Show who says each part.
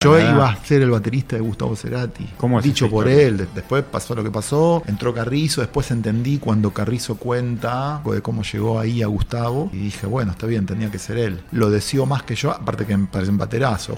Speaker 1: Yo iba a ser el baterista de Gustavo Cerati.
Speaker 2: ¿Cómo es
Speaker 1: Dicho
Speaker 2: esa
Speaker 1: por
Speaker 2: historia?
Speaker 1: él. De- Después pasó lo que pasó. Entró Carrizo. Después entendí cuando Carrizo cuenta algo de cómo llegó ahí a Gustavo. Y dije, bueno, está bien, tenía que ser él. Lo deseó más que yo. Aparte que me parece un baterazo.